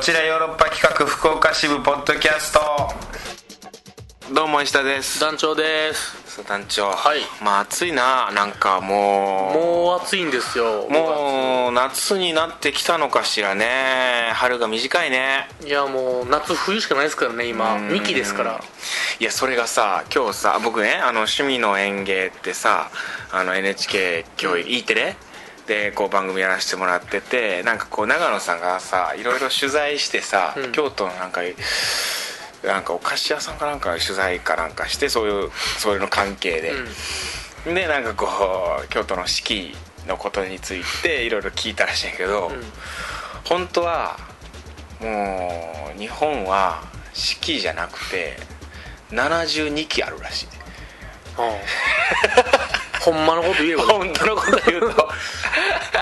ちらヨーロッパ企画福岡支部ポッドキャストどうも石田です団長ですさあ団長はいまあ暑いななんかももう暑いんですようもう夏になってきたのかしらね春が短いねういやもう夏冬しかないですからね今うん2期ですからいやそれがさ今日さ僕ねあの趣味の園芸ってさあの NHK 教育 E テレでこう番組やらせてもらっててなんかこう長野さんがさいろいろ取材してさ、うん京都のなんかなんかお菓子屋さんかなんかの取材かなんかしてそういうそういうの関係で、うでなんかこう京都の四季のことについていろいろ聞いたらしいんやけど、んうん本当はもう日本は四季じゃなくて72期あるらしい ああほんまのこと言えば本当のこと言う と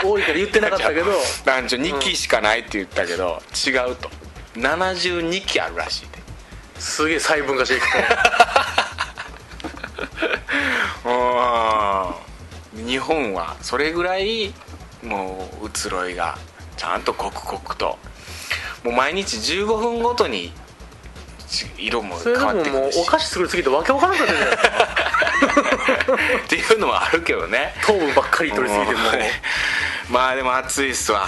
多いから言ってなかったけど男女2期しかないって言ったけど、違うと72期あるらしいねすげえ細分化していくとうん日本はそれぐらいもう移ろいがちゃんと刻々ともう毎日15分ごとにち色もそ れ変でわもってくもうるしお菓子作りすぎてわけわからなくなってるじゃないですかっていうのはあるけどね糖分ばっかり取りすぎてもううんまあでも暑いっすわ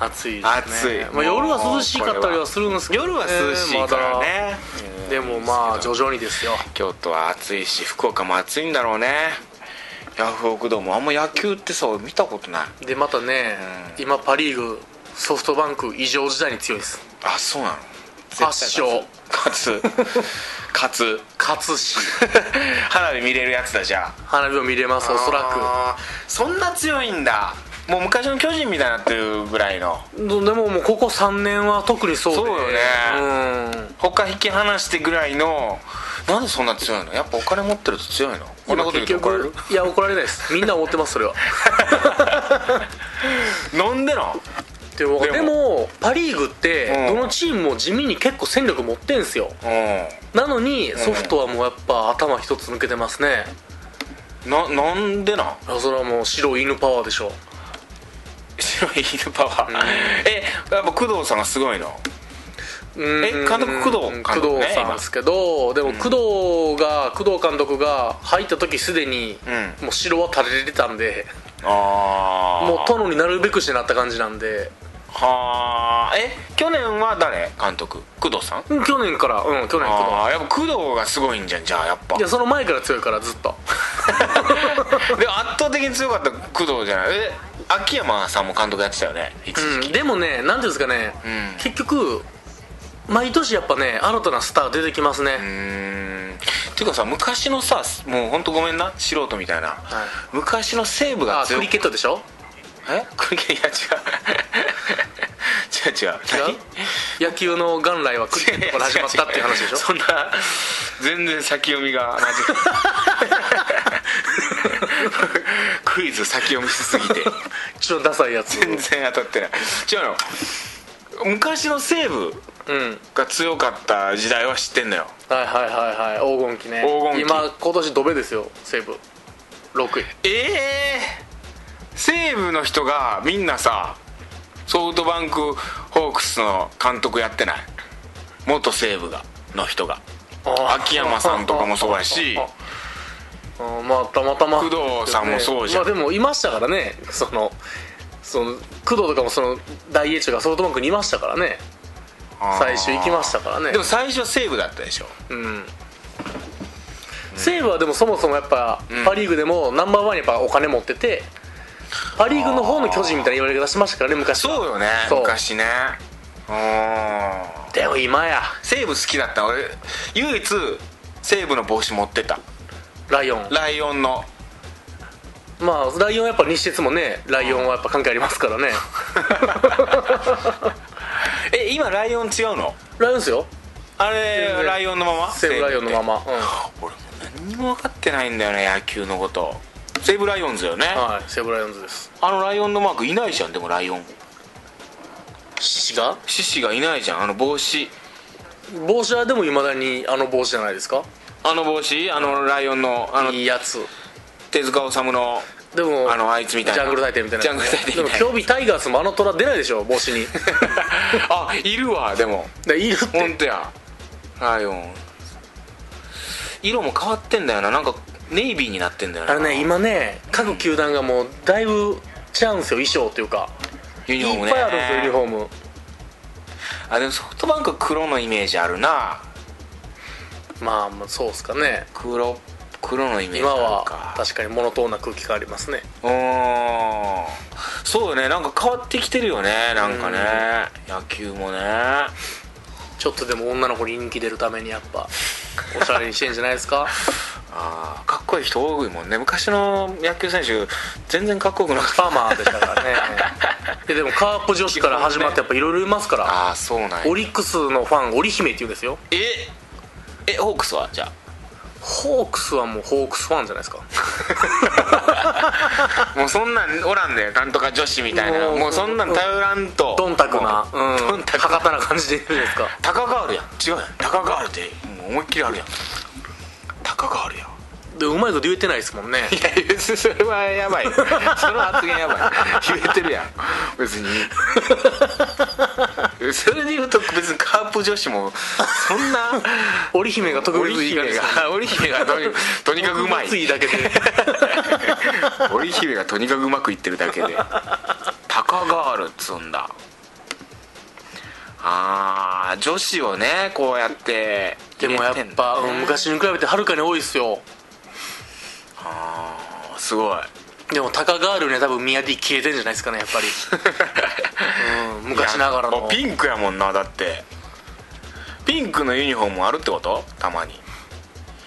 暑いですね暑いまあ、夜は涼しかったりはするんですけどね夜は涼しいからまね、だでもまあ徐々にですよ京都は暑いし福岡も暑いんだろうねヤフオクドームあんま野球ってさ見たことないでまたね、うん今パ・リーグソフトバンク異常事態に強いですあそうなの発祥勝つ勝つ勝つし 花火見れるやつだじゃ花火を見れますあおそらあーそんな強いんだもう昔の巨人みたいになってるぐらいのくどでももうここ3年は特にそうでそうよね他引き離してぐらいのなんでそんな強いのやっぱお金持ってると強いのうんこんなこと言うと怒られる結局いや怒られない ですみんな思ってますそれはなんでなんでもでもでもパ・リーグってうんどのチームも地味に結構戦力持ってんすようなのにソフトはもうやっぱ頭一つ抜けてますねんななんでなんいやそれはもう白い犬パワーでしょ白い犬パワー、うんえやっぱ工藤さんがすごいのえ監督工藤監督ね工藤さんですけどでも工藤が、工藤監督が入った時すでに、うんもう城は垂れてたんでああもう殿になるべくしてなった感じなんで、はあえ去年は誰監督工藤さんうん、去年からうん去年工ああやっぱ工藤がすごいんじゃんじゃあやっぱ藤いやその前から強いからずっとでも圧倒的に強かった工藤じゃないえ秋山さんも監督やってたよね一時 うん期、でもねなんていうんですかね、うん結局毎年やっぱね新たなスター出てきますね、うーんていうかさ昔のさもう本当ごめんな素人みたいな、はい昔の西武があ強クいリケットでしょえクリケットいや違う 違う違う違う野球の元来はクリケットから始まったっていう話でしょ そんな全然先読みがマジか クイズ先読みしすぎ てちょっとダサい やつ全然当たってない違うの昔の西武うんが強かった時代は知ってんのよはいはいはいはい黄金期ね黄金期今今年ドベですよ西武6位ええ西武の人がみんなさソフトバンクホークスの監督やってない元西武がの人が秋山さんとかもそうやし あーまあたまたま工藤さんもそうじゃんまあ、でもいましたからねそのその工藤とかもその大栄翔がソフトバンクにいましたからね最初行きましたからねでも最初は西武だったでしょうん西武はでもそもそもやっぱうんパ・リーグでもナンバーワンにやっぱお金持っててパ・リーグの方の巨人みたいな言われ方しましたからね昔はそうよねそう昔ねうんでも今や西武好きだった俺唯一西武の帽子持ってたライオンライオンのまあライオンはやっぱ西鉄もねライオンはやっぱ関係ありますか らねえ今ライオン違うのライオンですよあれ全然ライオンのまま西武ライオンのままま、うん俺もう何にも分かってないんだよね野球のこと西武ライオンズよねはい西武ライオンズですあのライオンのマークいないじゃんでもライオン獅子が獅子がいないじゃんあの帽子帽子はでもいまだにあの帽子じゃないですかあの帽子あのライオンのあのいいやつ手塚治虫のでもあのあいつみたいなジャングル大帝みたいなジャングル大帝みたいなでも今日日タイガースもあの虎出ないでしょ帽子にだか あいるわでもらいるっ本て当やライオン色も変わってんだよななんかネイビーになってんだよなあれね今ね各球団がもうだいぶ違うんですよ衣装というかユニフォームいねっぱいあるんですよユニフォームあでもソフトバンク黒のイメージあるなまあまあそうっすかね黒黒のイメージあ今るはか確かにモノトーンな空気がありますねうーんそうよねなんか変わってきてるよねなんかね野球もねちょっとでも女の子に人気出るためにやっぱおしゃれにしてんじゃないですかあーかっこいい人多いもんね昔の野球選手全然かっこよくなかったパーマーでしたから ねででもカープ女子から始まってやっぱいろいろいますからああそうなんやオリックスのファン織姫って言うんですよええホークスはじゃホークスはもうホークスファンじゃないですかあ もうそんなんおらんでなんとか女子みたいなもうもうそんなん頼らんとドンタクなうんドンタク博多な感じでいるじゃないですか高ガールやん違うやん高ガールってもう思いっきりあるやん高ガールやん でうまいこと言えて ないですもんねいや別にそれはやばいその発言やばい言えてるやん別にそれで言うと別にカープ女子もそんな織姫が特別織いいから姫が織姫が とにとにかくうまい特別いい だけで織姫がとにかくうまくいってるだけでタカガールっつうんだあー女子をねこうやってでもやっ入れてんだぱ、うん昔に比べてはるかに多いですよあーすごいでもタカガールね多分宮城消えてんじゃないですかねや っぱり、うん、昔ながらいやのピンクやもんなだってピンクのユニフォームあるってことたまに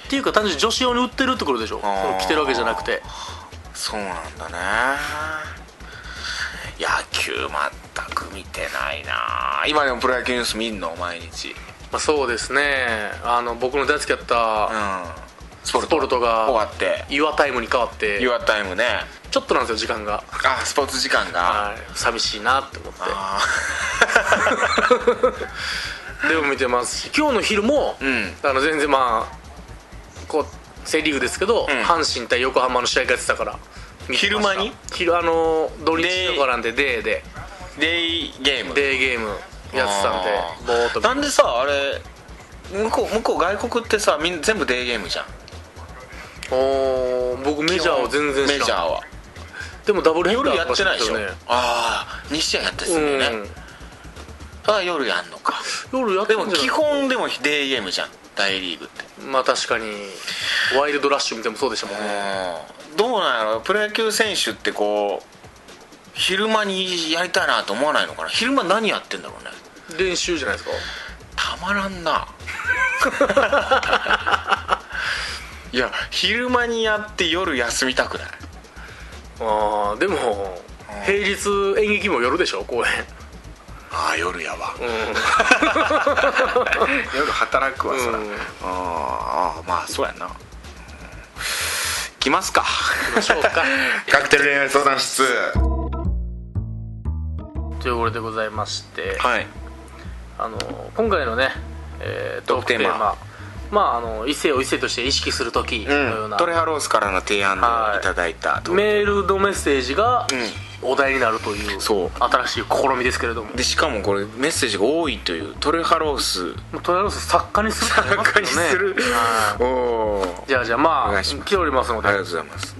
っていうか単純に女子用に売ってるってことでしょそーの着てるわけじゃなくてそうなんだね野球全く見てないな今でもプロ野球ニュース見んの毎日まあ、そうですねあの僕の大好きだったんスポルスポルトが終わって「岩タイム」に変わってユアタイムねちょっとなんですよ時間があスポーツ時間がはい寂しいなって思ってあでも見てますし今日の昼も、うんあの全然まあこうセ・リーグですけど、ん阪神対横浜の試合がやってたから見て昼ました間に昼あの土日とかなんでデーでーデイゲームデーゲームやってたんであーぼーっと見てなんでさあれ向こう向こう外国ってさみん全部デイゲームじゃんおー僕メジャーを全然メ知ジャらんーはでもダブルヘッダ夜ーやってないでしょ、ねああ2試合やったりするんだよね、ああ夜やんのか夜やってでんじゃもない基本でもデイゲームじゃん大リーグってまあ確かにワイルドラッシュ見てもそうでしたもんねうんどうなんやろプロ野球選手ってこう昼間にやりたいなと思わないのかな昼間何やってんだろうね練習じゃないですかたまらんな いや昼間にやって夜休みたくないああでも平日演劇も夜でしょ公演ああ夜やわうん 夜働くわそら、うんああまあそうやなうん行きますかましょう かカクテル恋愛相談室ということでございまして、はいあの今回のね、えー、トトーーククテテーーママまああの異性を異性として意識する時のような、トレハロースからの提案ではいいただいたと、メールのメッセージがうお題になるというそう新しい試みですけれどもでしかもこれメッセージが多いというトレハロースもうとりあえず作家にするってなります中よにねする、はいおおーじゃあじゃあまお願あいします来ておりますので、ありがとうございます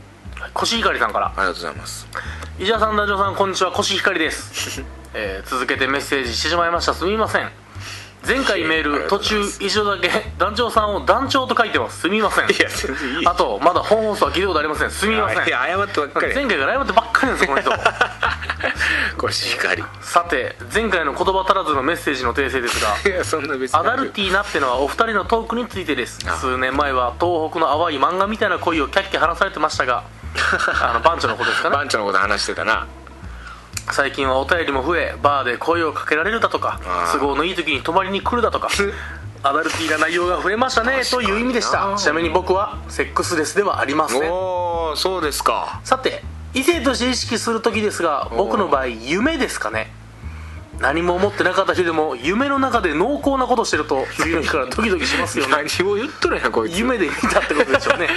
コシヒカリさんからありがとうございます石田さん、ダジョウさん、こんにちは、コシヒカリ です、えー続けてメッセージしてしまいました、すみません前回メいえいえあーりルがとう途ござい中ます以上だけ団長さんを団長と書いてますすみませいんや全然いいあとまだ本放送は聞いたことありませんすみませんいや謝ってばっかり前回がライブってばっかりなんですよこの人 これ光さて前回の言葉足らずのメッセージの訂正ですがいやそん な別にアダルティーなってのはお二人のトークについてですあ数年前は東北の淡い漫画みたいな恋をキャッキャ話されてまし たがあの番長のことですかね番長のこと話してたな最近はお便りも増えバーで声をかけられるだとかあー都合のいい時に泊まりに来るだとかアダルティーな内容が増えましたね確かとにないう意味でしたちなみに僕はセックスレスではありませんおおそうですかさて異性として意識する時ですが僕の場合夢ですかね何も思ってなかった人でも夢の中で濃厚なことしてると次の日からドキドキしますよね何を言っとるんや こいつ夢で見たってことでしょう ね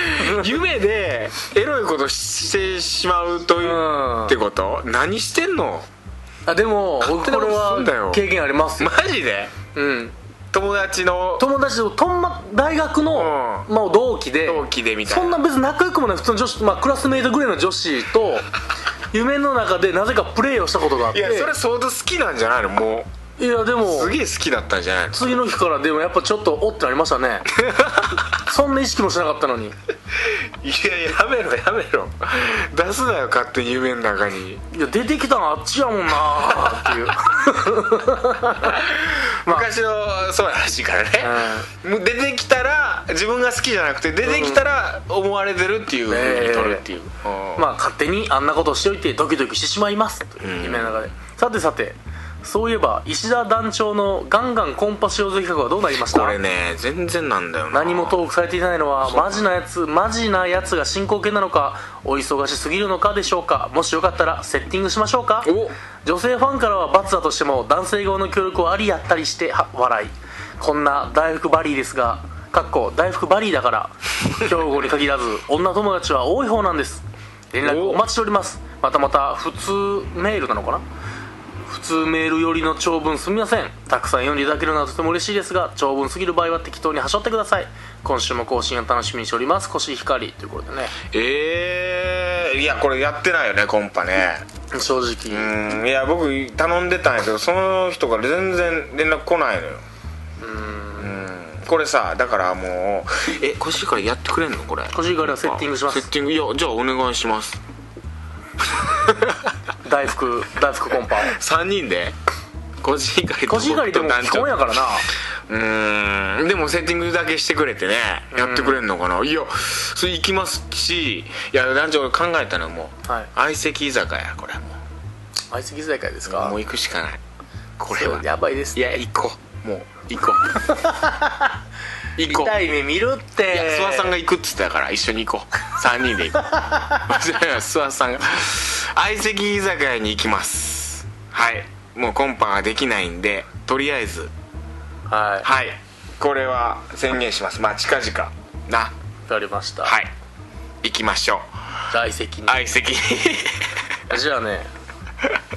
夢でエロいことしてしまうというう、んってこと何してんのあでも勝手僕なここれとすんだよは経験ありますよ、マジでうん、友達の友達ととん、ま、大学の、まあ、同期で同期でみたいなそんな別に仲良くもない普通の女子、まあ、クラスメイトぐらいの女子 と夢の中でなぜかプレーをしたことがあっいていやそれ相当好きなんじゃないのもいやでもうすげえ好きだったんじゃないの次の日からでもやっぱちょっとおってなりました ねそんな意識もしなかったのにいやいややめろやめろ出すなよ勝手に夢の中にいや出てきたのあっちやもんな ーっていうまあ昔のそうやらしいからね、もう出てきたら自分が好きじゃなくて出てきたら思われてるっていうふうに取るっていう、うんまあ勝手にあんなことしておいてドキドキしてしまいますという夢の中で、さてさてそういえば石田団長のガンガンコンパ使用税企画はどうなりましたこれね全然なんだよな何もトークされていないのはマジなやつマジなやつが進行形なのかお忙しすぎるのかでしょうかもしよかったらセッティングしましょうかお女性ファンからは罰だとしても男性側の協力をありやったりしては笑いこんな大福バリーですがかっこ大福バリーだから兵庫に限らず女友達は多い方なんです連絡お待ちしておりますまたまた普通メールなのかな普通メール寄りの長文すみませんたくさん読んでいただけるのはとても嬉しいですが長文すぎる場合は適当に端折ってください今週も更新を楽しみにしておりますコシヒカリということでねええいやこれやってないよねコンパね正直、うんいや僕頼んでたんやけどその人から全然連絡来ないのようんこれさだからもうえ腰からやってくれんのこれコシヒカリはセッティングしますセッティングいやじゃあお願いします大福大福コンパを3人で腰光とコシヒカリでも僕と団基長本やからなうーんでもセッティングだけしてくれてねやってくれんのかな、いやそれ行きますしいや団長考えたのもうはい相席居酒屋これはも相席居酒屋ですうかもう行くしかないこれそはうやばいですいや行こうもう行こ う行こう痛い目見るっていや諏訪さんが行くっつったから一緒に行こう3人で行こう 諏訪さんが相席居酒屋に行きますはいもうコンパができないんでとりあえずはいわはいこれは宣言しますまあ近々なかりました、はい行きましょうじゃあ相席に相席 じゃあね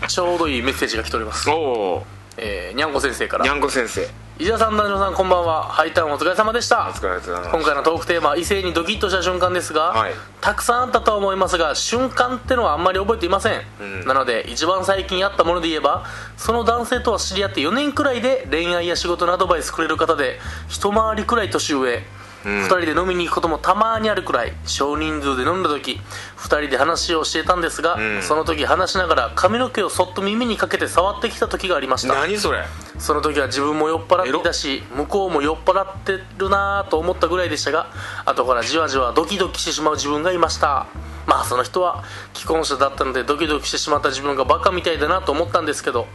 ちょうどいいメッセージが来ておりますお、おえー、にゃんこ先生かにゃらんこ先生石田さん男女さんこんばんはハイタウンお疲れ様でしたお疲れ様です今回のトークテーマは異性にドキッとした瞬間ですが、はいたくさんあったとは思いますが瞬間ってのはあんまり覚えていません、んなので一番最近あったもので言えばその男性とは知り合って4年くらいで恋愛や仕事のアドバイスくれる方で一回りくらい年上、2人で飲みに行くこともたまにあるくらい少人数で飲んだ時2人で話をしていたんですが、んその時話しながら髪の毛をそっと耳にかけて触ってきた時がありました何それその時は自分も酔っ払っていたし向こうも酔っ払ってるなぁと思ったぐらいでしたが後からじわじわドキドキしてしまう自分がいましたまあその人は既婚者だったのでドキドキしてしまった自分がバカみたいだなと思ったんですけど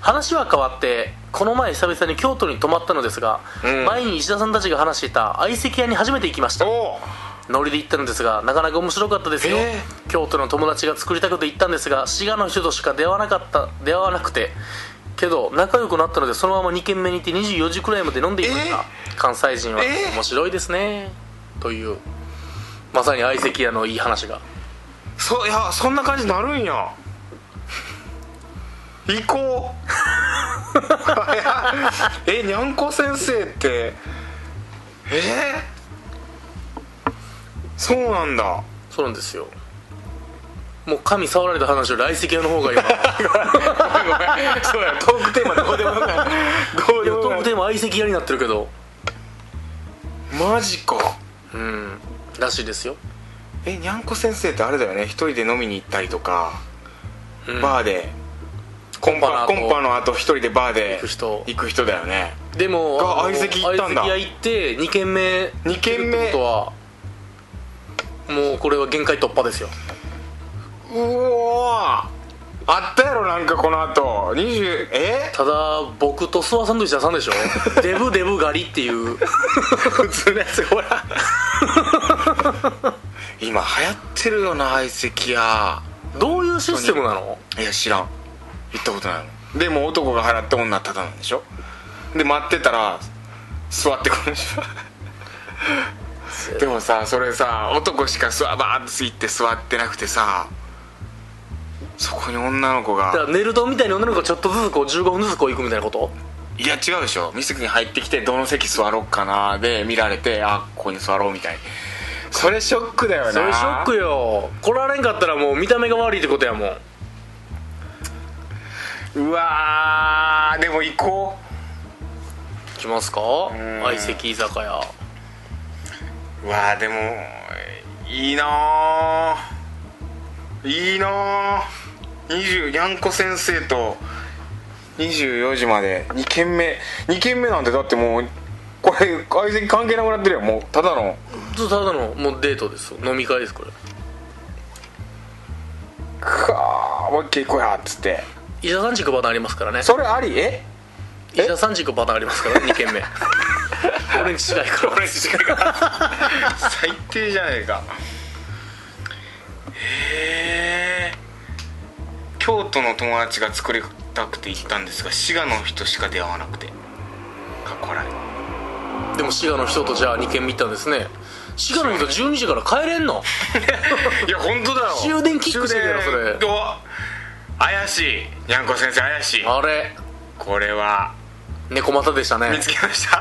話は変わってこの前久々に京都に泊まったのですが、うん前に石田さんたちが話していた相席屋に初めて行きましたおおノリで行ったのですがなかなか面白かったですよ、え京都の友達が作りたくて行ったんですが滋賀の人としか出会わなかった出会わなくてけど仲良くなったのでそのまま2軒目に行って24時くらいまで飲んでいました関西人はえ面白いですねというまさに相席屋のいい話がそいやそんな感じになるんや行こうえにゃんこ先生ってえーそうなんだそうなんですよもう髪触られた話より相席屋の方 が今そうやトークテーマどうでもよかったどういでやもよかトークったテーマ相席屋になってるけどマジかうんらしいですよえにゃんこ先生ってあれだよね一人で飲みに行ったりとか、うんバーでコンパコンパの後コンパの後一人でバーで行く人行く人だよねでもがあの相席行ったんだ相席屋行って2軒目二軒目行ってるってことはもうこれは限界突破ですようおーあったやろなんかこの後20えただ僕と諏訪さんと石田さ んでしょデブデブガリっていう普通のやつほら今流行ってるよな相席屋どういうシステムなのいや知らん行ったことないのでもう男が払って女立たなんでしょで待ってたら座ってくるんでしょでもさそれさ男しか座バーッと行って座ってなくてさそこに女の子だかがらネルトみたいに女の子がちょっとずつこう15分ずつこう行くみたいなこといや違うでしょ店に入ってきてどの席座ろうかなで見られてあここに座ろうみたいにそれショックだよなそれショックよ来られんかったらもう見た目が悪いってことやもんうわーでも行こ来ますかん相席居酒屋ううわーでもいいなーいいなー20にゃんこ先生と24時まで2軒目2軒目なんてだってもうこれ相席関係なくなってるよもうただのちょっとただのもうデートです飲み会ですこれかあもう一軒行こうやっつって医者さん軸パターンありますからねそれありえ医者さん軸パターンありますから2軒目俺に近いから俺しか最低じゃないかへえ京都の友達が作りたくて行ったんですが滋賀の人しか出会わなくてかっこ悪いでも滋賀の人とじゃあ2軒目行ったんですね滋賀の人12時から帰れんのいや本当だよ終電キックしてるやろそれ終電お怪しいにゃんこ先生怪しいあれこれは猫股でしたね見つけました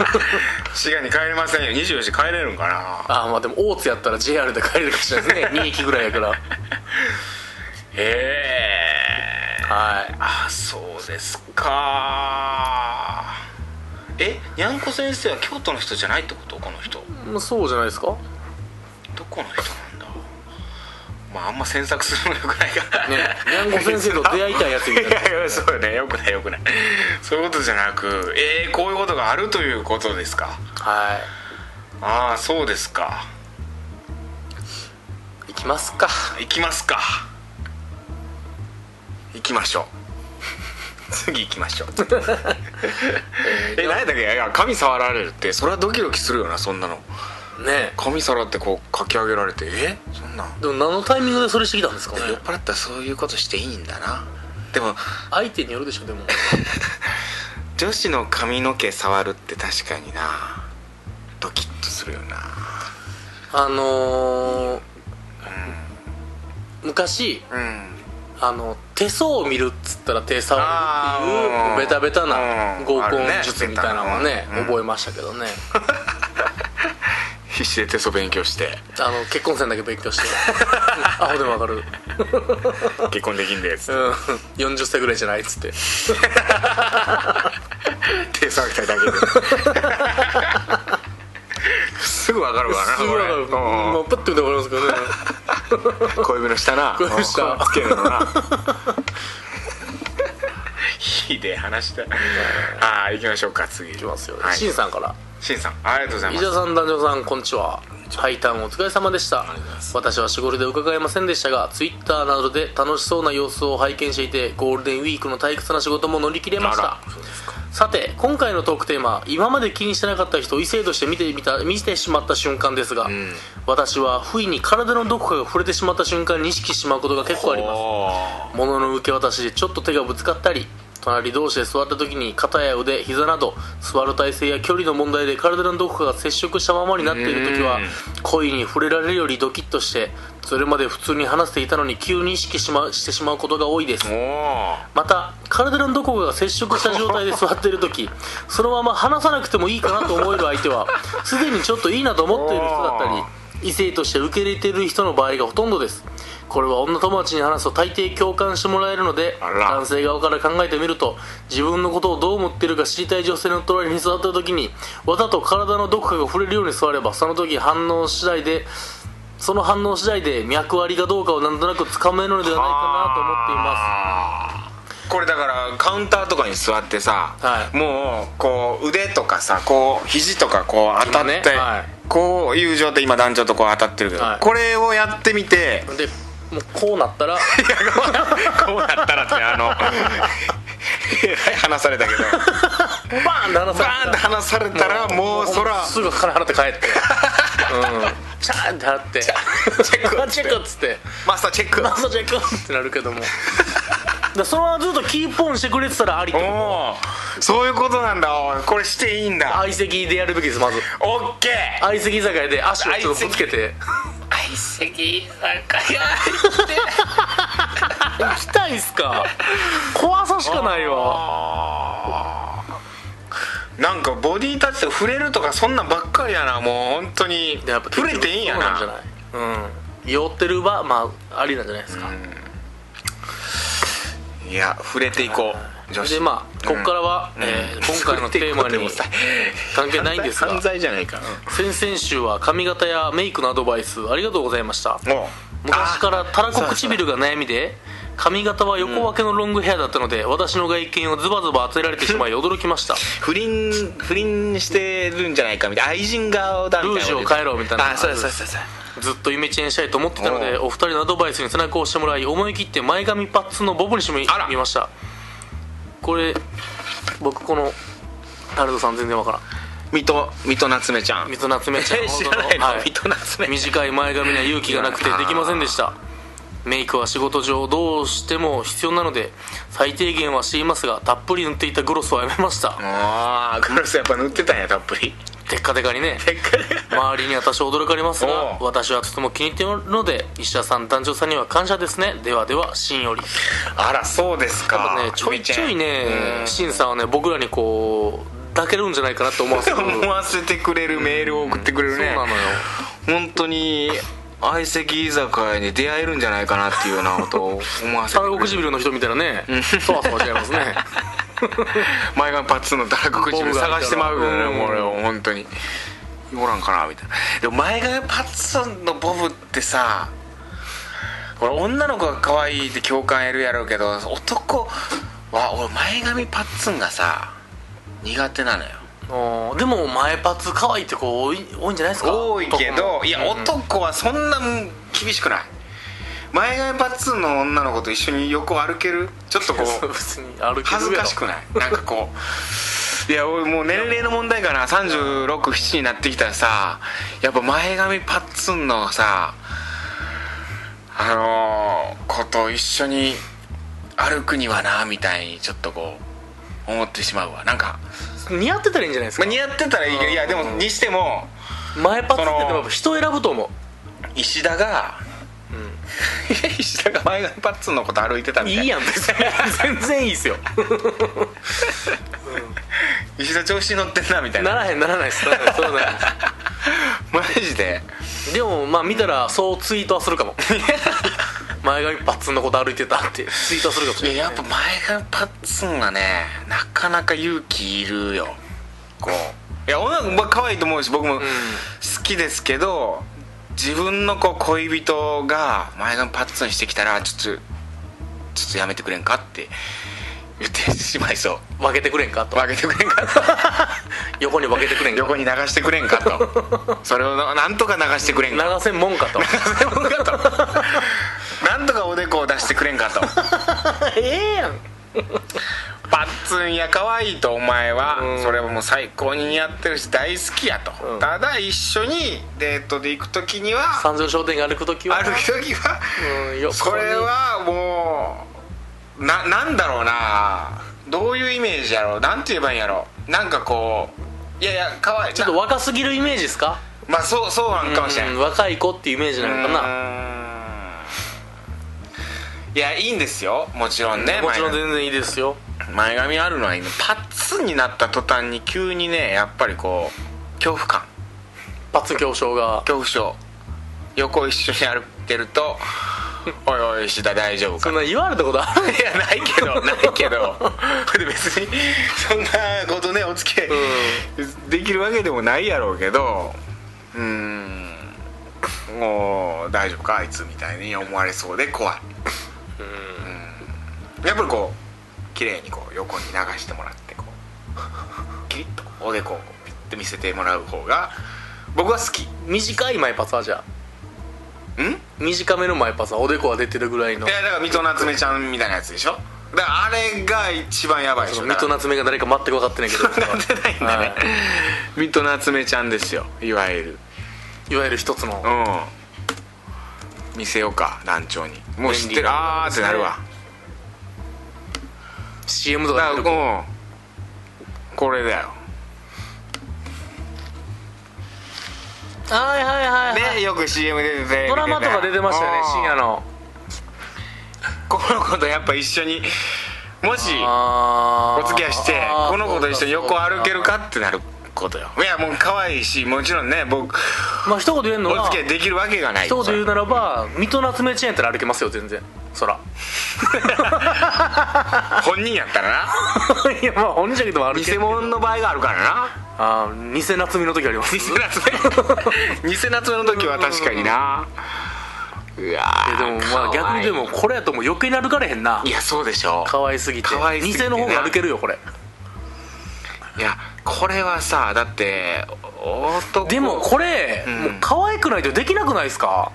滋賀に帰れませんよ24時帰れるんかなああまあでも大津やったら JR で帰れるかもしれないですね2 駅ぐらいやからへえはいあそうですかえにゃんこ先生は京都の人じゃないってことこの人まあそうじゃないですかどこの人なんだまああんま詮索するのよくないからねにゃんこ先生と出会いたいやつみたいな いやいやそうよねよくないよくないそういうことじゃなくえー、こういうことがあるということですかはああそうですかい行きますか行きますか行きましょう 次行きましょうえ何やったっけいや髪触られるってそれはドキドキするよなそんなのね髪触ってこうかき上げられてえそんなんえでも何のタイミングでそれしてきたんですかね酔っ払ったらそういうことしていいんだなでも相手によるでしょでも女子の髪の毛触るって確かになドキッとするよなあのー昔うんあの手相を見るっつったら手相を見るってあーいうベタベタうなん合あコるンね術みたいなのはねうん覚えましたけどね 必死でテスト勉強してあの結婚戦だけ勉 強してうんアホでもわかる、うん、結婚できんでつって40歳ぐらいじゃないっつって手触りたいだけですぐわかるわなすぐわかるこれうんもうパッと見てわかりますけ どね小指の下な小指の下うんつけるの ないいで話したああ行きましょうか次行いきますよ、はい、シンさんからしんさんありがとうござい伊ま沢すさん男女さんこんにちはハイターンお疲れ様でした私は仕事で伺えませんでしたがツイッターなどで楽しそうな様子を拝見していてゴールデンウィークの退屈な仕事も乗り切れましたあらそうですかさて今回のトークテーマ今まで気にしてなかった人を異性として見てみた見てしまった瞬間ですが、ん私は不意に体のどこかが触れてしまった瞬間に意識してしまうことが結構ありますま物の受け渡しでちょっと手がぶつかったり隣同士で座った時に肩や腕膝など座る体勢や距離の問題で体のどこかが接触したままになっている時はうん恋に触れられるよりドキッとしてそれまで普通に話していたのに急に意識し,、ま、してしまうことが多いですおおまた体のどこかが接触した状態で座ってい る時そのまま話さなくてもいいかなと思える相手はすでにちょっといいなと思っている人だったおーり異性として受け入れている人の場合がほとんどですこれは女友達に話すと大抵共感してもらえるのであら男性側から考えてみると自分のことをどう思っているか知りたい女性の隣に座った時にわざと体のどこかが触れるように座ればその時反応次第でその反応次第で脈ありかどうかをなんとなくつかめるのではないかなと思っていますますこれだからカウンターとかに座ってさ、はいもうこう腕とかさこう肘とかこう当たって、今ねはいこういう状態今男女とこう当たってるけど、はいこれをやってみてでもう こうなったらいやこうこうなったらってあの話されたけどバーンって離バさーンっれてた話されたらもうそらすぐ金払って帰ってうんチャーンって払ってチェックチェックっつってマスターチェックマスターチェックってなるけどもらそのままずっとキープオンしてくれてたらありってことおおそういうことなんだおいこれしていいんだ相席でやるべきです まずオッケー相席居酒屋で足をちょっとぶつけて相席居酒屋行きたいっすか怖さしかないわなんかボディタッチとか触れるとかそんなんばっかりやなもう本当にでやっぱ触れていいんやそうなんなじゃないうん酔ってる場まあありなんじゃないですかいや触れていこう女子でまあここからは、えー今回のテーマにも関係ないんですが犯罪じゃないか先々週は髪型やメイクのアドバイスありがとうございましたおう昔からたらこそうそう唇が悩みで髪型は横分けのロングヘアだったので、私の外見をズバズバ当てられてしまい驚きました不倫不倫してるんじゃないかみたいな愛人顔だみたいなルージュを変えろみたいなあそうそうそうそうずっとイメチェンしたいと思ってたのでおお二人のアドバイスに背中を押してもらい思い切って前髪パッツンのボブにしてみあら見ましたこれ僕このタルトさん全然わからん水戸水戸夏目ちゃん水夏目ちゃんえ 知ほらどのないの、はい水戸夏目短い前髪には勇気がなくてできませんでしたメイクは仕事上どうしても必要なので最低限は知りますがたっぷり塗っていたグロスはやめましたああグロスやっぱ塗ってたんやたっぷ りテッカテカにね周りには多少驚かれますがおう私はとても気に入っているので石田さん団長さんには感謝ですねではではシンよりあらそうですかねちょいちょいねうんシンさんはね僕らにこう抱けるんじゃないかなと思わせる思わせてくれるメールを送ってくれるそ うねなのよ本当に相席居酒屋に出会えるんじゃないかなっていうようなことを思わせてタくラれゴる唇の人みたいなねそわそわしちゃいますね前髪パッツンのたらこ唇探してまうよねボブがもう俺を本当におらんかなみたいなでも前髪パッツンのボブってさこれ女の子が可愛いって共感得るやろうけど男は俺前髪パッツンがさ苦手なのよおーでも前パツ可愛いって子多い多いんじゃないですか多いけ男どもいやうん男はそんな厳しくない前髪パッツンの女の子と一緒に横歩けるちょっとこう 別に歩けるやろ恥ずかしくないなんかこういや俺もう年齢の問題かな367になってきたらさやっぱ前髪パッツンのさあのー、子と一緒に歩くにはなみたいにちょっとこう思ってしまうわなんか、似合ってたらいいんじゃないですまかあ、似合ってたらいいけどいやでもにしても前パツってそのでも人選ぶと思う石田が、 石田が前髪パッツンのこと歩いてたみいたいないやん別に 全然いいで すよ石田調子乗ってんなみたいなならへんならないですならないですそうだねマジででもまあ見たらそうツイートはする かも前髪パッツンのこと歩いてたってツイートはするかもしいれやないやっぱ前髪パッツンはねなかなか勇気いるよこういや女の子可愛いと思うし僕も好きですけど、自分のこう恋人が前髪パッツンしてきたらちょっとちょっとやめてくれんかって言ってしまいそう分けてくれんかと分けてくれんか 横に分けてくれんか横に流してくれんかとそれをななんとか流してくれん流かせんもんか となんとかおでこを出してくれんかとええやんパッツンや可愛いとお前は、うんそれはもう最高に似合ってるし大好きやと、うんただ一緒にデートで行く時には三条商店街歩く時は歩く時は、うんよそれはもうななんだろうなどういうイメージやろうなんて言えばいいんやろうなんかこういやいや可愛いちょっとな若すぎるイメージですかまあそうそうなんかもしれない、うん若い子っていうイメージなのかなうーんいやいいんですよもちろんねもちろん全然いいですよ前髪前髪あるのはいいのパッツンになった途端に急にねやっぱりこう恐怖感パツ教賞が恐怖症横一緒に歩いてると 「おいおい石田大丈夫そか?」んな言われたことあるいやないけどないけどで別にそんなことねお付き合いできるわけでもないやろうけどうーんもう大丈夫かあいつみたいに思われそうで怖いうんやっぱりこう綺麗にこう横に流してもらってこうキリッとおでこをピッて見せてもらう方が僕は好きん短い前パスはじゃあ短めの前パスはおでこが出てるぐらいのいやだから水戸夏目ちゃんみたいなやつでしょだからあれが一番やばいでしそょの水戸夏目が誰か全く分かっ てないけどなんでないんだね、は水戸夏目ちゃんですよいわゆるいわゆる一つのうん見せようか団長にもう知って便利るなあーってなるわ CM とだかか出てくるらうんこれだよはいはいはいはいでよく CM 出ててドラマとか出てましたよね深夜ののこの子とやっぱ一緒にもしあお付き合いしてこの子と一緒に横歩けるかかってなることよいやもう可愛いしもちろんね僕まあ一言言えんのおは付き合いできるわけがない一言言うならば水戸夏目チェーンやったら歩けますよ全然そら本人やったら ないやまあ本人じゃけども歩け偽物の場合があるからなあー偽夏目の時あり ます偽夏目偽夏目の時は確かになうわいやーでもまあ逆にでも可これやともう余計に歩かれへんな愛いいやそうでしょ可愛すぎて可愛すぎて偽なの方が歩けるよこれいやこれはさだって男でもこれ、んもう可愛くないとできなくないですか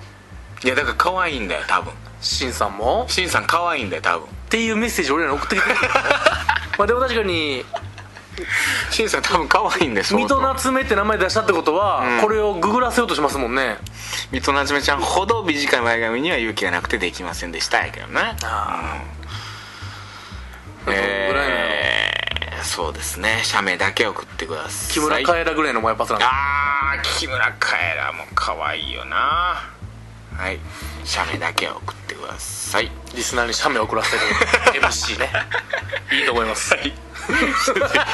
いやだから可愛いんだよ多分しんさんもしんさん可愛いんだよ多分っていうメッセージ俺らに送ってき てまあでも確かにしんさん多分可愛いんです水戸夏目って名前出したってことは、うんこれをググらせようとしますもんね水戸夏目ちゃんほど短い前髪には勇気がなくてできませんでしたやけどねあうんどのぐらいなのえーそうですね写メだけ送ってください木村カエラぐらいのもやっぱなんだあー木村カエラも可愛いよなはい写メだけ送ってくださ いリスナーに写メ送らせる MC ねいいと思います、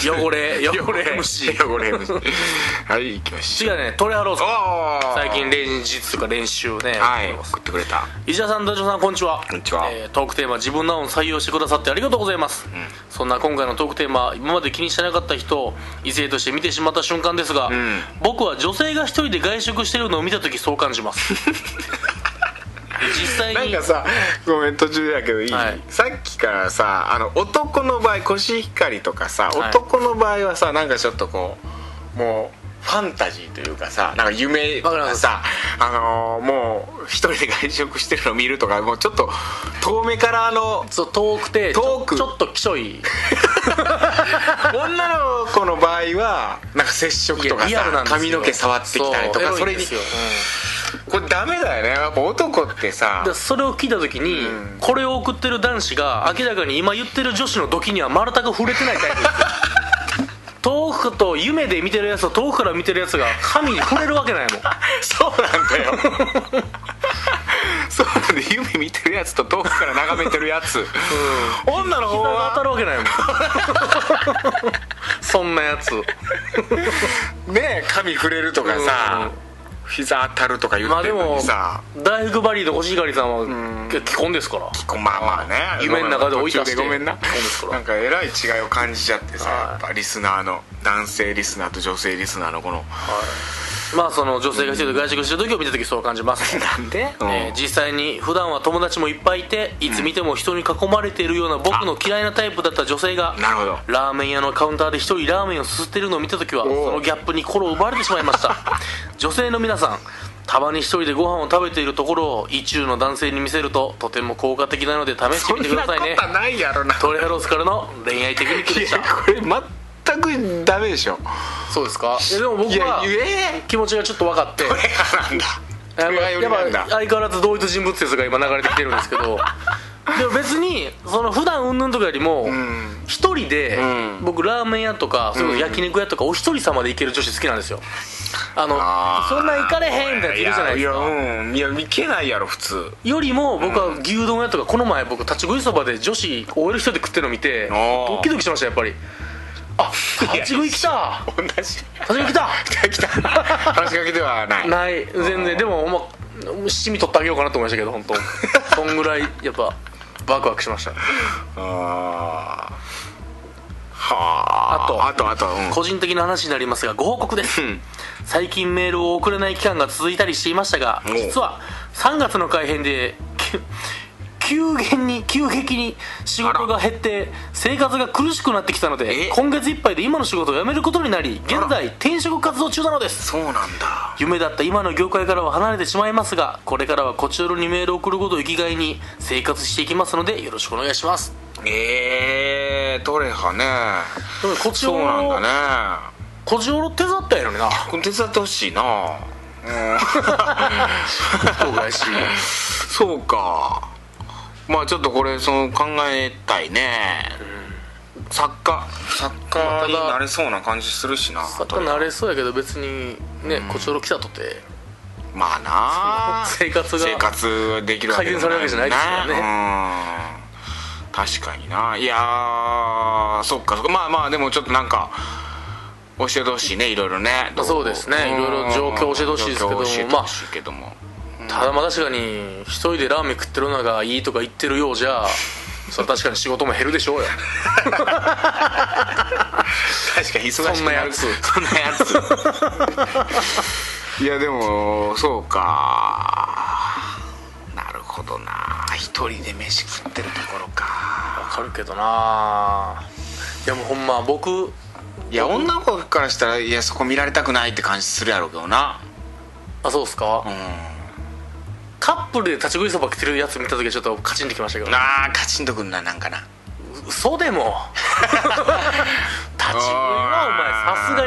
汚れ汚れ MC 汚れ MC はい行きまし違ょううねトレハローズおー最近連日とか練習ね、はい送ってくれた石田さんダジョさんこんにちはこんにちはえートークテーマ自分の案を採用してくださってありがとうございます、そんな今回のトークテーマ今まで気にしてなかった人を異性として見てしまった瞬間ですが、ん僕は女性が一人で外食してるのを見た時そう感じます 実際にさごめん途中やけどいいはいさっきからさあの男の場合コシヒカリとかさはい男の場合はさなんかちょっとこうもうファンタジーというかさなんか夢とわかりまかすさあのーもう一人で外食してるの見るとかもうちょっと遠目からのそう遠くてちょ遠くちょっときし ょい女の子の場合はなんか接触とかリアルなさんで髪すよの毛触ってきたりとかうそエロいれんにですようんこれダメだよねやっぱ男ってさ だからそれを聞いた時に、うんこれを送ってる男子が明らかに今言ってる女子の時には丸太が触れてないタイプです 遠くと夢で見てるやつと遠くから見てるやつが神に触れるわけないもんそうなんだよ そうなんで夢見てるやつと遠くから眺めてるやつ、女の方膝が当たはるわけないもんそんなやつねえ髪触れるとかさ、膝当たるとか言まっあてでるのもにさ、大福バリーのコシヒカリさんは既婚ですからこうまあまあね夢の中で追い出し途て中ごめんなそうですからなんかえらい違いを感じちゃってさはいやっぱリスナーの男性リスナーと女性リスナーのこのまあその女性が一人で外食してる時を見た時そう感じます なんで、うんえー実際に普段は友達もいっぱいいていつ見ても人に囲まれているような僕の嫌いなタイプだった女性がなるほどラーメン屋のカウンターで一人ラーメンをすすってるのを見た時はそおうのギャップに心を奪われてしまいま した女性の皆さんたまに一人でご飯を食べているところを意中の男性に見せるととても効果的なので試してそんみてなくこださいねとないやろなトレハロースからの恋愛テクニックでしいや たこれ全くダメでしょそうですかでも僕いやは言え気持ちがちょっと分かってこれがなんだこやっれぱがよりなんだやっぱ相変わらず同一人物説が今流れてきてるんですけどでも別にその普段うんぬんとかよりもん一人でうん僕ラーメン屋とかそれこそ焼肉屋とかお一人様で行ける女子好きなんですよあのあーそんな行かれへんみたいなやついるじゃないですやかやうんいやいけないやろ普通よりも僕は牛丼屋とかこの前僕立ち食いそばで女子 OL 一人で食ってるの見てあードキドキしましたやっぱりあ立ち食い来た同じ立ち食い来た来た話しかけではないない全然でもほんま七味取ってあげようかなと思いましたけど 本当そんぐらいやっぱワクワクしましたあーはああとあとあとうん個人的な話になりますがご報告ですうん最近メールを送れない期間が続いたりしていましたがおう実は3月の改編でき急減に急激に仕事が減って生活が苦しくなってきたのでえ今月いっぱいで今の仕事を辞めることになり現在転職活動中なのですそうなんだ夢だった今の業界からは離れてしまいますがこれからはこちらにメールを送ることを生きがいに生活していきますのでよろしくお願いしますええどれかねでもこちらそうなんだのねこちらの手伝ったんやのになこれ手伝ってほしいなうん お返しそうかまあちょっとこれその考えたいね、作家作家がになれそうな感じするしな作家なれそうやけど別にねこちょろ来たとてまあなあ生活が生活できるわけでも改善されるわけじゃないですからねうん確かにないやーそっかそっかまあまあでもちょっとなんか教えてほしいねいろいろねまあそうですんねいろいろ状況教えてほしいですけども状況教えてほしいけどもただまあ確かに一人でラーメン食ってるのがいいとか言ってるようじゃそれは確かに仕事も減るでしょうよ確かに忙しくなるそんなやつそんなやつ いやでもそうかなるほどな一人で飯食ってるところかわかるけどないやもうほんま僕いや女の子からしたらいやそこ見られたくないって感じするやろうけどなあそうっすか、うんカップルで立ち食いそば来てるやつ見た時はちょっとカチンときましたけどあーカチンとくんななんかな嘘 でも立ち食いはお前さ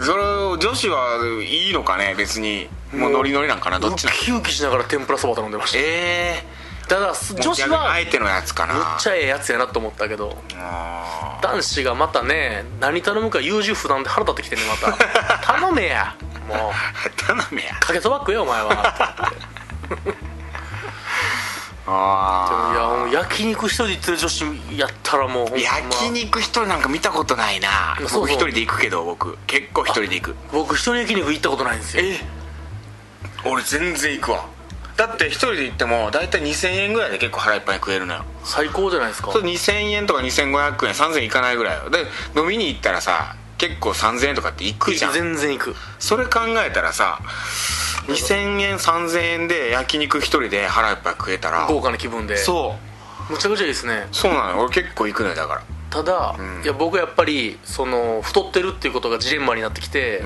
すにがそれを女子はいいのかね別にもうノリノリなんかなどにっウちなんキウキしながら天ぷらそば頼んでましええたただすー、女子逆にはあめっえてのやつかなちゃええやつやなと思ったけどあ男子がまたね何頼むか優柔不断で腹立ってきてんねま た頼めやもうー頼めやかけそば食えよお前 はいあやもう焼肉一人で行ってる女子やったらもうほあんま焼肉一人なんか見たことないなそうそう僕一人で行くけど僕結構一人で行く僕一人焼肉行ったことないんですよえ俺全然行くわだって一人で行っても大体2000円ぐらいで結構腹いっぱい食えるのよ最高じゃないですかそう2000円とか2500円3000円いかないぐらいよで飲みに行ったらさ結構3000円とかって行くじゃん全然行くそれ考えたらさ2000円3000円で焼肉一人で腹いっぱい食えたら豪華な気分でそうむちゃくちゃいいですねそうなのよ俺結構行くのよだからただ、んいや僕はやっぱりその太ってるっていうことがジレンマになってきて、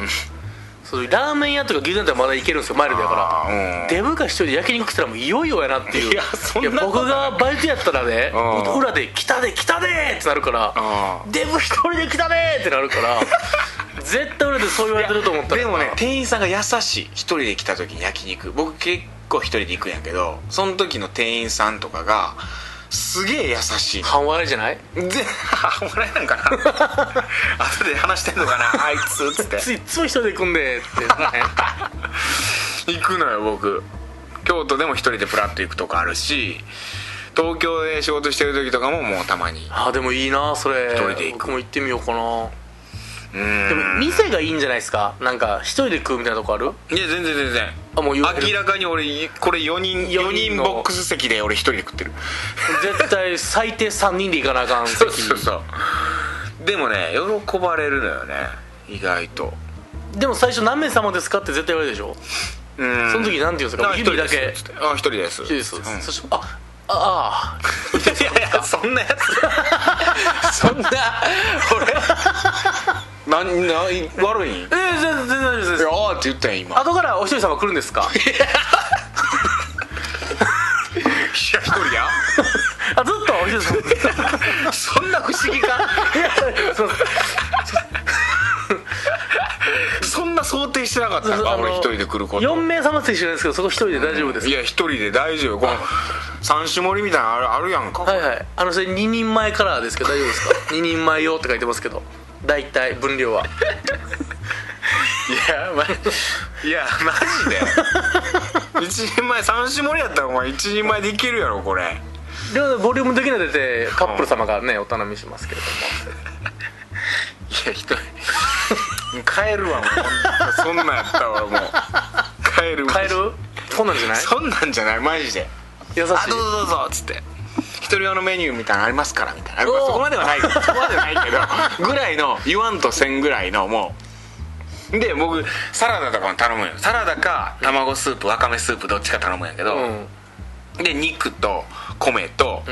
そういうラーメン屋とか牛丼店はまだ行けるんですよマイルドやあかーうんらデブが一人で焼肉食ったらもういよいよやなっていういやそんなことない僕がバイトやったらねうん裏で「来たで来たで!」ってなるからうデブ一人で来たでってなるから 絶対裏でそう言われてると思ったらでもね店員さんが優しい一人で来た時に焼肉僕結構一人で行くんやけどその時の店員さんとかがすげえ優しいの半笑いじゃないで笑えなん かな後で話してんのかなあいつつってついつも一人で行くんでってなら へん行くのよ僕京都でも一人でプラッと行くとかあるし東京で仕事してる時とかももうたまにあでもいいなそれ一人で行く僕も行ってみようかなうでんも店がいいんじゃないですかなんか一人で食うみたいなとこあるいや全然全然あもう言われる明らかに俺これ4人四4人人のボックス席で俺一人で食ってる絶対最低3人で行かなあかんそうそうそうでもね喜ばれるのよね意外とでも最初何名様ですかって絶対言われるでしょうんその時なんて言うんですかあ一指人だでけすつってあ一人ですそうですそうです、うんそしてあああいやいやそんなやつそんな俺何何悪いんいやええ全然全然大丈夫ですあーって言ったやん今後からお一人様来るんで すか一人やあずっとお一人様そんな不思議かそうそんな想定してなかったそうかあの俺一人で来ること4名様って一緒なんですけどそこ一人で大丈夫ですいや一人で大丈夫この三種盛りみたいなのあるあるやんか、はいはいあのそれ2人前カラーですけど大丈 夫ですか2人前用って書いてますけど大体分量はいや、ま、いやマジで一人前三種盛りやったらお前一人前でいけるやろこれでもボリューム的には出てカップル様がねお頼みしますけれどもいや一人帰るわもうそんなんやったわもう帰る変えるこんなんじゃないそんなんじゃないマジで優しいあどうぞどうぞっつって一人用のメニューみたいなのありますからみたいなおーそこまではないそこまではないけどぐらいの言わんとせんぐらいのもうで僕サラダとかも頼むよサラダか卵スープわかめスープどっちか頼むんやけど、うんで肉と米と、ん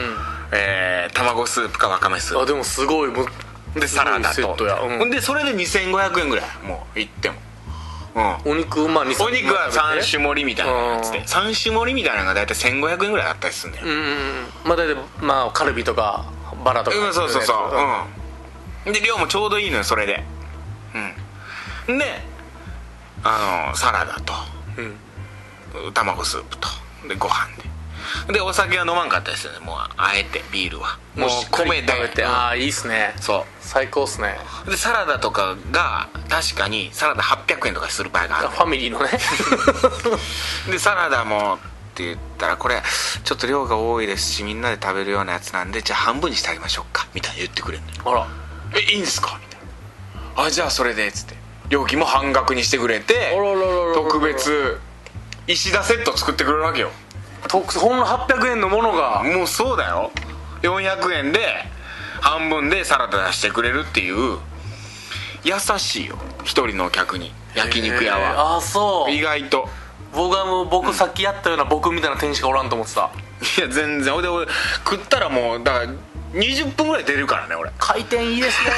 えー卵スープかわかめスーあでもすごいもうプでサラダすごいセとットや、うんでそれで2500円ぐらいもういってもうんお肉まあ2お肉は三種盛りみたいなやつうでん三種盛りみたいなのが大体1500円ぐらいあったりするんだよ、うんうんうんまあ大体まあカルビとかバラとかうんそうそうそううんで量もちょうどいいのよそれでうんであのサラダとうん卵スープとでご飯ででお酒は飲まんかったですよねもうあえてビールはもうしっかり米で食べてうんああいいっすねそ最高っすねうでサラダとかが確かにサラダ800円とかする場合がああるファミリーのねでサラダもって言ったらこれちょっと量が多いですしみんなで食べるようなやつなんでじゃあ半分にしてあげましょうかみたいな言ってくれるのよあらえいいんすかみたいなあじゃあそれでっつって料金も半額にしてくれてあららららら特別石田セット作ってくれるわけよ特ほんの800円のものがもうそうだよ400円で半分でサラダ出してくれるっていう優しいよ一人のお客に焼肉屋えーはああそう意外と僕はもう僕さっきやったような僕みたいな店しかおらんと思ってたいや全然ほいで俺食ったらもうだから20分ぐらい出るからね俺回転いい ですね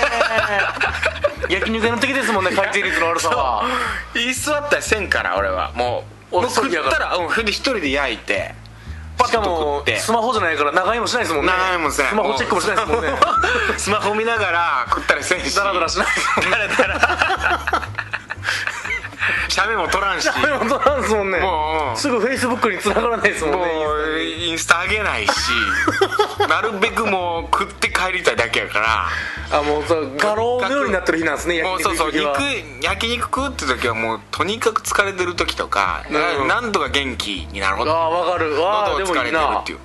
焼肉屋の時ですもんね回転率の悪さは椅子座ったりせんから俺はもうおもう食そうっやからたらうんそれで一人で焼いてパしッかと食もってスマホじゃないから長居もしないですもんね長居もせんスマホチェックもしないですもんね スマホ見ながら食ったりせんし ダラダラしないダラダラ写メも撮らんしダメ元なん ですもんねもうすぐフェイスブックに繋がらないですもんねもうインスタ上げ ないしなるべくもう食って帰りたいだけやからあもうそう画廊のようになってる日なんですねも焼う肉そうそう行く日肉は焼肉食うって時はもうとにかく疲れてる時とか、うんなんとか元気になろうああわかるわあ喉をで疲もれいいてるなっていう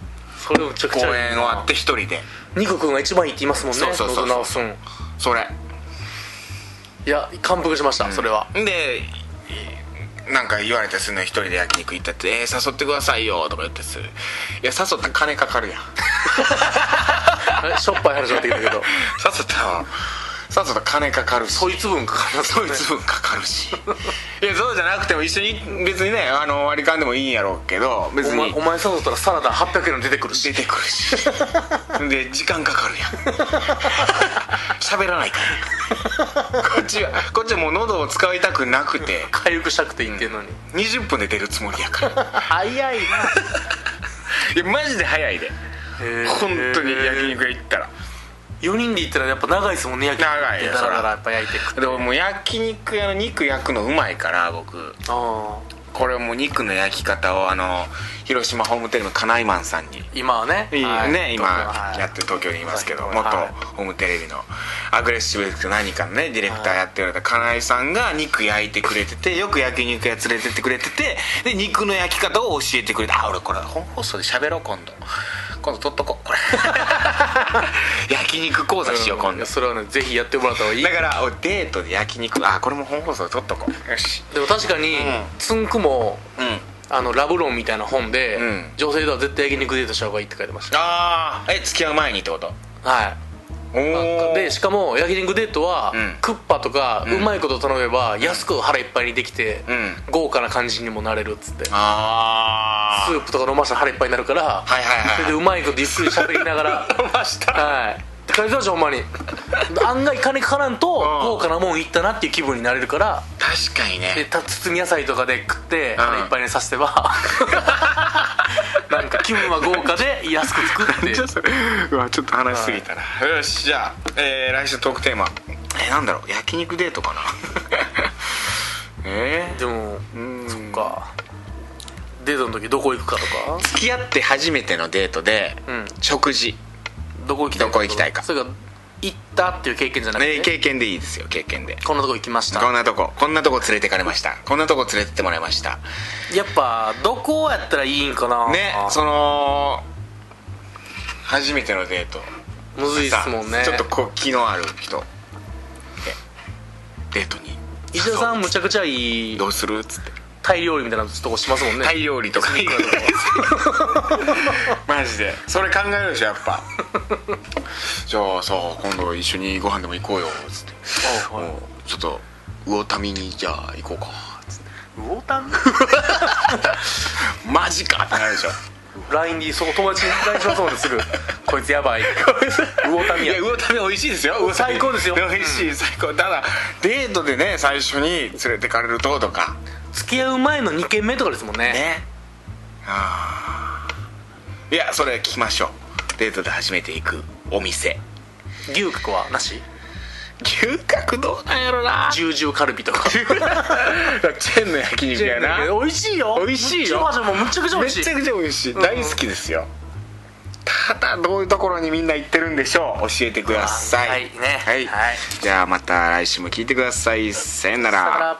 それむちゃく公ちゃ演終わって一人で肉くんが一番いいって言いますもんねそうそうそうそう喉直すんそれいや感服しました、それはでなんか言われてするのよ一人で焼肉行ったって「えー、誘ってくださいよ」とか言ってするいや誘ったら金か かるやんあれしょっぱい話になってきたけど誘ったら誘ったら金かかるし そいつ分かかりますそいつ分かかるしいやそうじゃなくても一緒に別にねあの割り勘でもいいんやろうけど別お前にお前誘ったらサラダ800円の出てくるし出てくるしで時間かかるやん 喋らないからこっちはこっちはもう喉を使いたくなくて回復したくて言ってんのに、 20分で出るつもりやから早いないやマジで早いで本当に焼肉屋行ったら4人で行ったらやっぱ長いですもんね焼き長いよだそかららやっぱ焼いてくでももう焼肉屋の肉焼くのうまいから僕あこれもう肉の焼き方をあの広島ホームテレビのカナイマンさんにー今はねいいはいね今はいやってる東京にいますけどはい元はいホームテレビのアグレッシブですけど何かのねディレクターやっておられた金井さんが肉焼いてくれててよく焼肉屋連れてってくれててで肉の焼き方を教えてくれてあ俺これ本放送で喋ろう今度今度撮っとこう これ焼肉講座しよう今い度やそれはねぜひやってもらった方がいいだから俺デートで焼肉あこれも本放送で撮っとこうよしでも確かに、んつんくもうんあのラブロンみたいな本で、うん女性とは絶対焼肉デートした方がいいって書いてましたああえ付き合う前にってことはいおおでしかも焼肉デートは、うんクッパとか、ううんまいこと頼めば安く腹いっぱいにできて、うん豪華な感じにもなれるっつってスああープとか飲ましたら腹いっぱいになるから、はいはいはいそれでうまいことゆっくり喋りな がら飲ましたはいって書いてたでしょほんまに案外金かからんとうん豪華なもんいったなっていう気分になれるから確かにでねた包み野菜とかで食ってうん腹いっぱいにさせてば なんか気分は豪華で安く作っ てちょっとうわちょっと話しすぎたな、よしじゃあ、えー来週のトークテーマえー、なんだろう焼肉デートか なえでもー、うんそっかデートの時どこ行くかとか付き合って初めてのデートで、うん食事どこ行きたいどこ行きたいかそれが行ったっていう経験じゃなくねて、経験でいいですよ経験でこんなとこ行きましたこんなとここんなとこ連れてかれましたこんなとこ連れてってもらいましたやっぱどこやったらいいんかなねその初めてのデートむずいっすもんねさちょっとこう気のある人でデートに石田さんむちゃくちゃいいどうするっつってタイ料理みたいなとこしますもんねタイ料理とか マジでそれ考えるでしょやっぱ じゃあさ今度一緒にご飯でも行こうよつっておうおうもうちょっと魚民にじゃあ行こうかつって魚タンマジかってなるでしょ LINE にそこ友達に LINE しますもんねすぐこいつやばい魚民 いやや魚民美味しいですよ魚民最高ですよ美味しい最高ただデートでね最初に連れてかれるととか付き合う前の2軒目とかですもんねねあーいやそれ 聞きましょうデートで初めて行くお店牛角はなし牛角どうなんやろなジュージューカルビとか チェーンの焼肉やな美味しいよ美味しいよむっちゃもうむちゃくちゃ美め味しいちゃくちゃ美味しい大好きですよただどういうところにみんな行ってるんでしょう教えてくださいはいねはいはいじゃあまた来週も聞いてくださいさよなだからら